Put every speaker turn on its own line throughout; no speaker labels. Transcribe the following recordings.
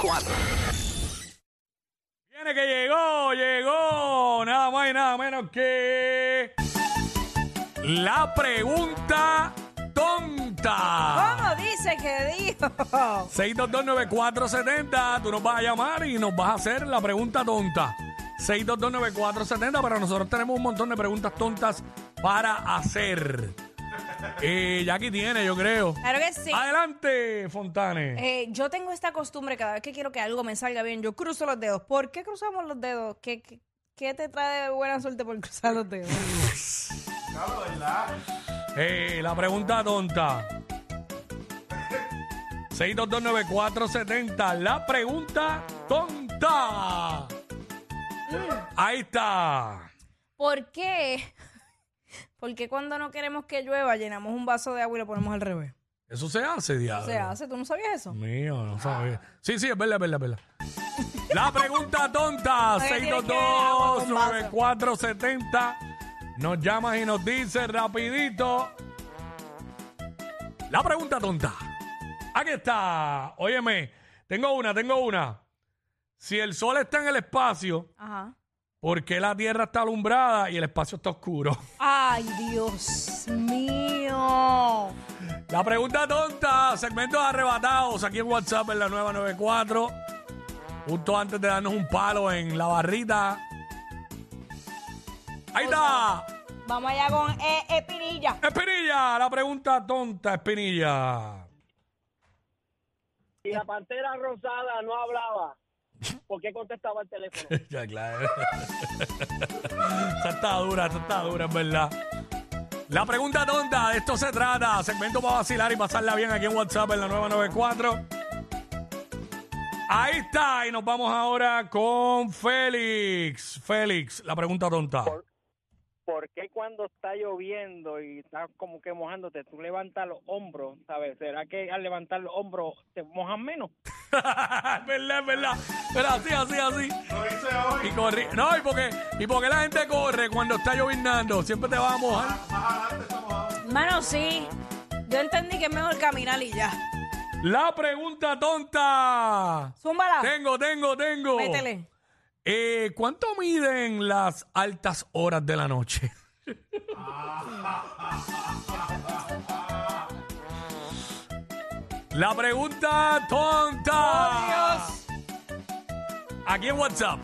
4.
Viene que llegó, llegó, nada más y nada menos que la pregunta tonta.
¿Cómo dice que dijo?
6229470, tú nos vas a llamar y nos vas a hacer la pregunta tonta. 6229470, pero nosotros tenemos un montón de preguntas tontas para hacer. Eh, Jackie tiene, yo creo.
Claro que sí.
Adelante, Fontane.
Eh, yo tengo esta costumbre cada vez que quiero que algo me salga bien, yo cruzo los dedos. ¿Por qué cruzamos los dedos? ¿Qué, qué, qué te trae buena suerte por cruzar los dedos?
Eh, la pregunta tonta. 6229470. La pregunta tonta. Ahí está.
¿Por qué? Porque cuando no queremos que llueva, llenamos un vaso de agua y lo ponemos al revés.
Eso se hace, diablo.
O sea, ¿tú no sabías eso?
Mío, no sabía. Sí, sí, es verdad, es verdad, es verdad. La pregunta tonta.
Oye, tiene que ver agua con vaso.
6229470. Nos llamas y nos dice rapidito. La pregunta tonta. Aquí está. Óyeme, tengo una, tengo una. Si el sol está en el espacio,
Ajá.
¿por qué la Tierra está alumbrada y el espacio está oscuro?
Ay, Dios mío.
La pregunta tonta, segmentos arrebatados aquí en WhatsApp en la nueva 94. Justo antes de darnos un palo en la barrita. Ahí está.
Vamos allá con eh, eh, Pinilla.
Espinilla, la pregunta tonta, Espinilla.
Y la pantera rosada no hablaba. ¿Por qué contestaba el teléfono?
ya, claro. Esta está dura, esta está dura, es verdad. La pregunta tonta, de esto se trata. Segmento para vacilar y pasarla bien aquí en WhatsApp en la 994. Ahí está, y nos vamos ahora con Félix. Félix, la pregunta tonta.
Por- ¿Por qué cuando está lloviendo y está como que mojándote, tú levantas los hombros, ¿sabes? ¿Será que al levantar los hombros te mojan menos?
es verdad, es verdad. Pero así, así, así. Y corri- No, ¿y por qué? ¿Y por qué la gente corre cuando está lloviznando? Siempre te vas a mojar.
Mano, sí. Yo entendí que es mejor caminar y ya.
La pregunta tonta.
Zúmbala.
Tengo, tengo, tengo.
Ah. Métele.
Eh, ¿Cuánto miden las altas horas de la noche? la pregunta tonta. Aquí en WhatsApp.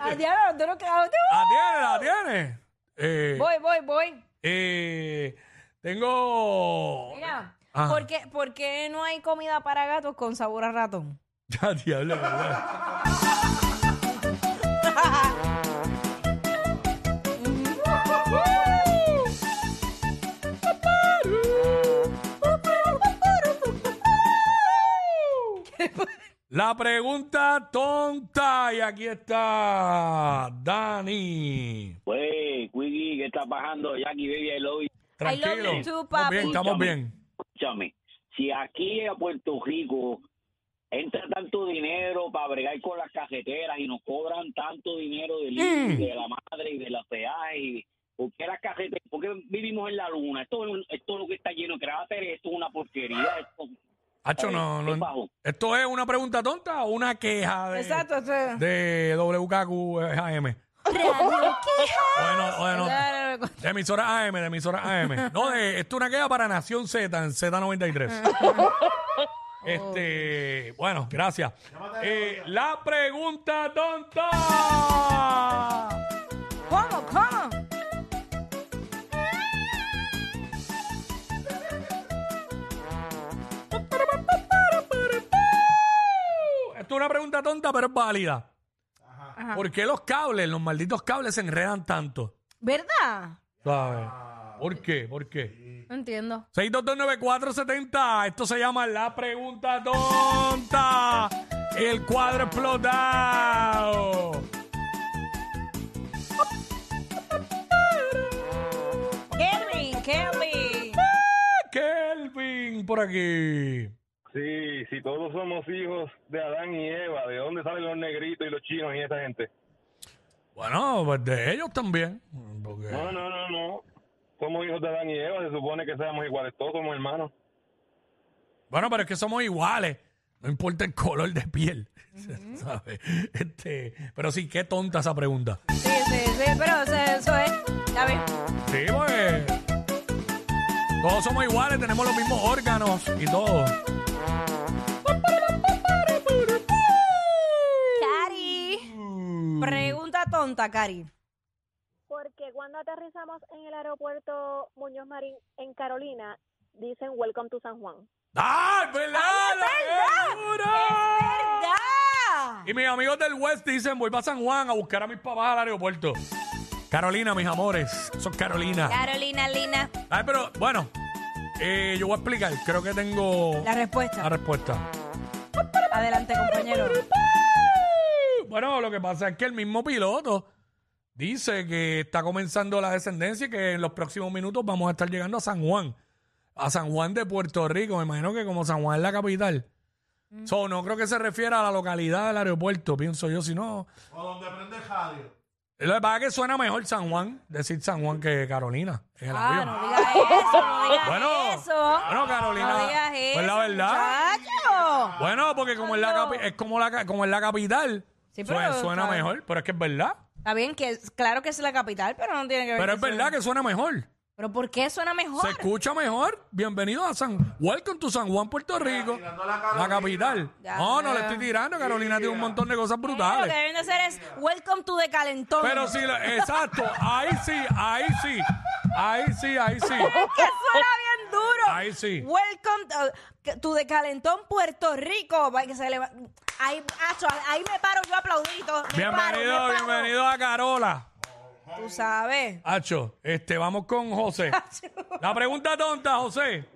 Al Ah, diablo, tú no quedas-
La tiene, la tiene. Eh,
Voy, voy, voy.
eh, tengo.
Mira,
Ajá.
¿por qué, por qué no hay comida para gatos con sabor a ratón?
Ya, diablo, ¿verdad? La pregunta tonta. Y aquí está Dani.
Wey, Pues, Quiggy, ¿qué está pasando? Jackie, baby, I love you.
I love you
Tranquilo.
too,
Estamos
papi.
bien, estamos bien.
Escúchame, si aquí a Puerto Rico entra tanto dinero para bregar con las cajeteras y nos cobran tanto dinero del IVA y
Mm.
de la madre y de los peajes, y- ¿por qué las cajeteras? ¿Por qué vivimos en la luna? Esto, es un- esto es lo que está lleno de cráteres, esto es una porquería. Esto,
Hacho, no,
¿Qué
no-
pasó?
¿Esto es una pregunta tonta o una queja de,
Exacto, esto es-
de WKQAM? Bueno, bueno,
Claro, con-
de emisora AM, de emisora AM. No, de, esto es una queja para Nación Z en Z93.
Ah.
este, bueno, gracias. Eh, la pregunta tonta.
¿Cómo, cómo?
Esto es una pregunta tonta, pero es válida.
Ajá.
¿Por qué los cables, los malditos cables se enredan tanto?
¿Verdad?
¿Sabes? ¿Por qué? ¿Por qué?
No entiendo.
6229470. Esto se llama La Pregunta Tonta. El cuadro explotado.
Kelly, Kelly.
Kelvin por aquí.
Sí, si todos somos hijos de Adán y Eva, ¿de dónde salen los negritos y los chinos y esa gente?
Bueno, pues de ellos también. porque-
No, no, no, no. Somos hijos de Adán y Eva, se supone que seamos iguales, todos somos hermanos.
Bueno, pero es que somos iguales. No importa el color de piel. ¿sabes? Este, pero sí, qué tonta esa pregunta.
Sí, sí, sí, pero o sea, eso es. A ver,
Sí, pues. Todos somos iguales, tenemos los mismos órganos y todo.
Cari. Pregunta tonta, Cari.
Porque cuando aterrizamos en el aeropuerto Muñoz Marín en Carolina, dicen Welcome to San Juan.
¡Ah, es verdad! la segura!
¡Ya!
Y mis amigos del West dicen, voy para San Juan a buscar a mis papás al aeropuerto. Carolina, mis amores. Son Carolina.
Carolina, Lina.
Ay, pero bueno, eh, yo voy a explicar. Creo que tengo
La
la
respuesta.
respuesta. Ah.
Adelante, compañero.
Bueno, lo que pasa es que el mismo piloto dice que está comenzando la descendencia y que en los próximos minutos vamos a estar llegando a San Juan. A San Juan de Puerto Rico. Me imagino que como San Juan es la capital.
Mm.
So, no creo que se refiera a la localidad del aeropuerto, pienso yo, si no.
O donde prende radio.
Lo que pasa es que suena mejor San Juan, decir San Juan que Carolina. en el
Ah,
avión.
no digas eso, no digas
Bueno,
eso.
bueno, Carolina,
No digas
pues
eso.
la verdad.
muchacho.
Bueno, porque como es la, capi- es como la, ca- como es la capital,
Sí,
sue-
pero,
suena,
¿sabes?
mejor, pero es que es verdad.
Está bien que es- claro que es la capital, pero no tiene que ver.
Pero es verdad que suena mejor.
Pero ¿por qué suena
Se
mejor?
escucha mejor. Bienvenido a San... Welcome to San Juan, Puerto Rico.
tirando la
La
Carolina.
capital.
Ya.
No, no le estoy tirando. Carolina tiene un montón de cosas
Lo que
brutales.
deben de hacer es Welcome to the Calentón.
Pero sí, lo- exacto. Ahí sí, ahí sí. Ahí sí, ahí sí.
que suena bien duro.
Ahí sí.
Welcome to, to the Calentón Puerto Rico. Va, que se leva- Ahí, acho, ahí me paro yo aplaudito. Me
Bienvenido,
paro, me paro.
bienvenido a Carola.
Tú sabes.
Hacho, este, vamos con José. La pregunta tonta, José.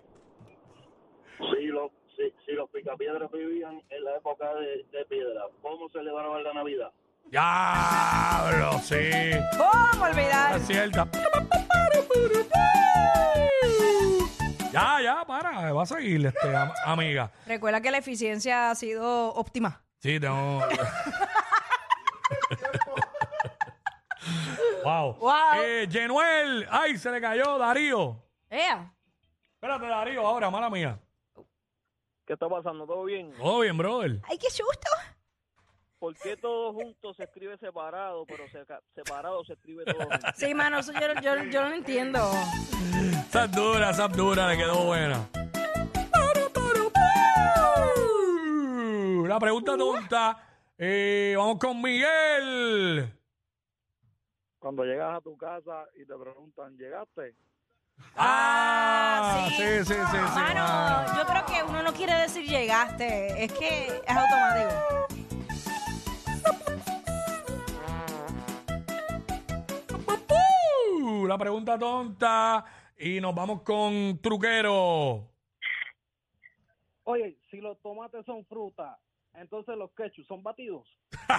Si los, si, si los picapiedras vivían en la época de, de piedra, ¿cómo celebraban la Navidad?
Diablo, sí.
¿Cómo olvidar?
Es cierta. Ya, ya, para. Va a seguir, este, am- amiga.
Recuerda que la eficiencia ha sido óptima.
Sí, tengo. wow.
Wow.
Eh, Genuel. Ay, se le cayó Darío.
Ea.
Espérate, Darío, ahora, mala mía.
¿Qué está pasando? ¿Todo bien?
Todo bien, brother.
Ay, qué susto.
¿Por qué todo junto se escribe separado, pero seca- separado se escribe todo junto?
Sí, mano, eso yo, yo, yo no lo entiendo.
Esa es dura, esa es dura, le quedó buena. La pregunta tonta. Eh, vamos con Miguel.
Cuando llegas a tu casa y te preguntan, ¿llegaste?
Ah, sí, sí, sí. sí,
Mano,
mano.
yo creo que uno no quiere decir llegaste. Es que es automático.
Uh, La pregunta tonta. Y nos vamos con Truquero.
Oye, si los tomates son fruta, entonces los quechus son batidos.
Ay,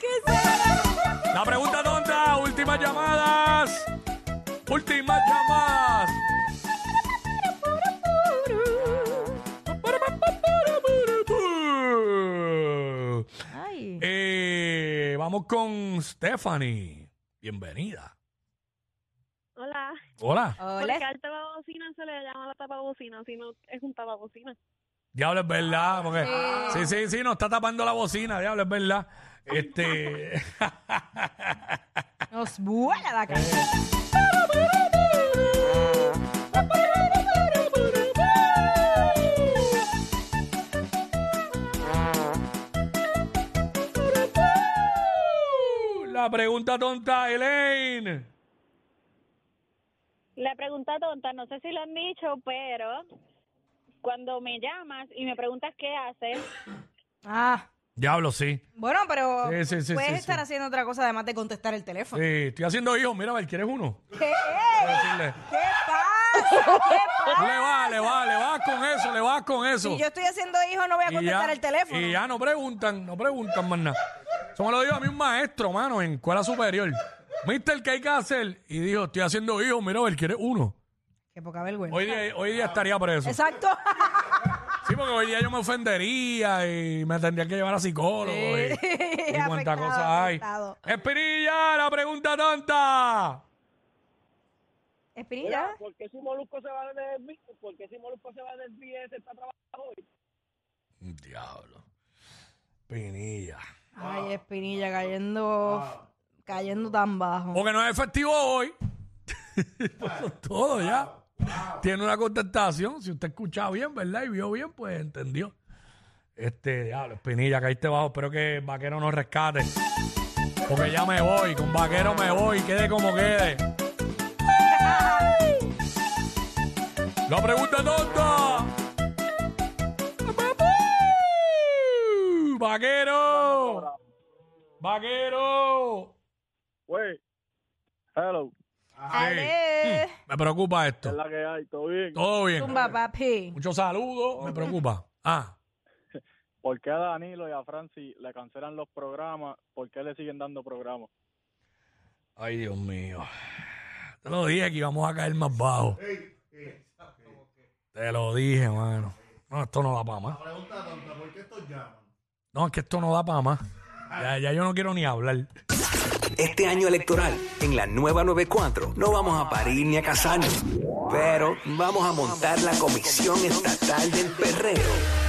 qué susto.
La pregunta tonta. Últimas llamadas. Últimas llamadas.
Ay.
Eh, vamos con Stephanie. Bienvenida.
Hola.
Hola.
Porque
Hola.
al tapabocina se le llama la tapabocina, si no es un tapabocina.
Diablo, es verdad. Porque, sí. sí, sí, nos está tapando la bocina. Diablo, es verdad. Este.
Nos vuela la cara.
la pregunta tonta, Elaine.
La pregunta tonta, no sé si lo han dicho, pero cuando me llamas y me preguntas qué haces,
Ah.
Diablo, sí.
Bueno, pero
Sí, sí, sí,
puedes
sí,
estar
sí.
haciendo otra cosa además de contestar el
Sí,
teléfono.
estoy haciendo hijos. Mira, a ver, ¿quieres uno?
¿Qué?
Voy a decirle.
¿Qué pasa? ¿Qué pasa?
Le va, le va, le va con eso, le va con eso.
Si yo estoy haciendo hijo, no voy a
Y ya-
contestar el teléfono.
Y ya no preguntan, no preguntan más nada. Eso me lo dijo a mí un maestro, mano, en escuela superior. Mister, ¿qué hay que hacer? Y dijo, estoy haciendo hijos, mira, él quiere uno.
Qué poca vergüenza.
Hoy día, hoy día estaría preso.
Exacto.
Sí, porque hoy día yo me ofendería y me tendría que llevar a psicólogo y- y,
Afectado,
cuánta cosa hay.
afectado.
Espirilla, la pregunta tonta.
Espinilla.
¿por qué si Molusco se va a desviar? ¿Por qué si Molusco se va a desviar? Se está trabajando hoy.
Diablo. Pinilla.
Ay, Espinilla cayendo, cayendo tan bajo.
Porque no es efectivo hoy. Eso es todo ya. Tiene una contestación. Si usted escuchaba bien, ¿verdad? Y vio bien, pues entendió. Este, diablo, Espinilla, caíste bajo. Espero que Vaquero nos rescate. Porque ya me voy. Con Vaquero me voy. Quede como quede. La pregunta tonta. Vaquero. Vaquero.
Wey, Pues, hello,
Ale,
Me preocupa esto.
la que hay, todo bien.
Todo bien.
tumba papi.
Muchos saludos. Me preocupa. Ah,
¿Por qué a Danilo y a Francis le cancelan los programas? ¿Por qué le siguen dando programas?
ay, Dios mío. Te lo dije que íbamos a caer más bajo. Te lo dije, mano. No, esto no da para más.
Pregunta tonta, ¿por qué estos llaman?
No, es que esto no da para más. Ya, ya yo no quiero ni hablar.
Este año electoral, en la nueva 94, no vamos a parir ni a casarnos, pero vamos a montar la Comisión Estatal del Perreo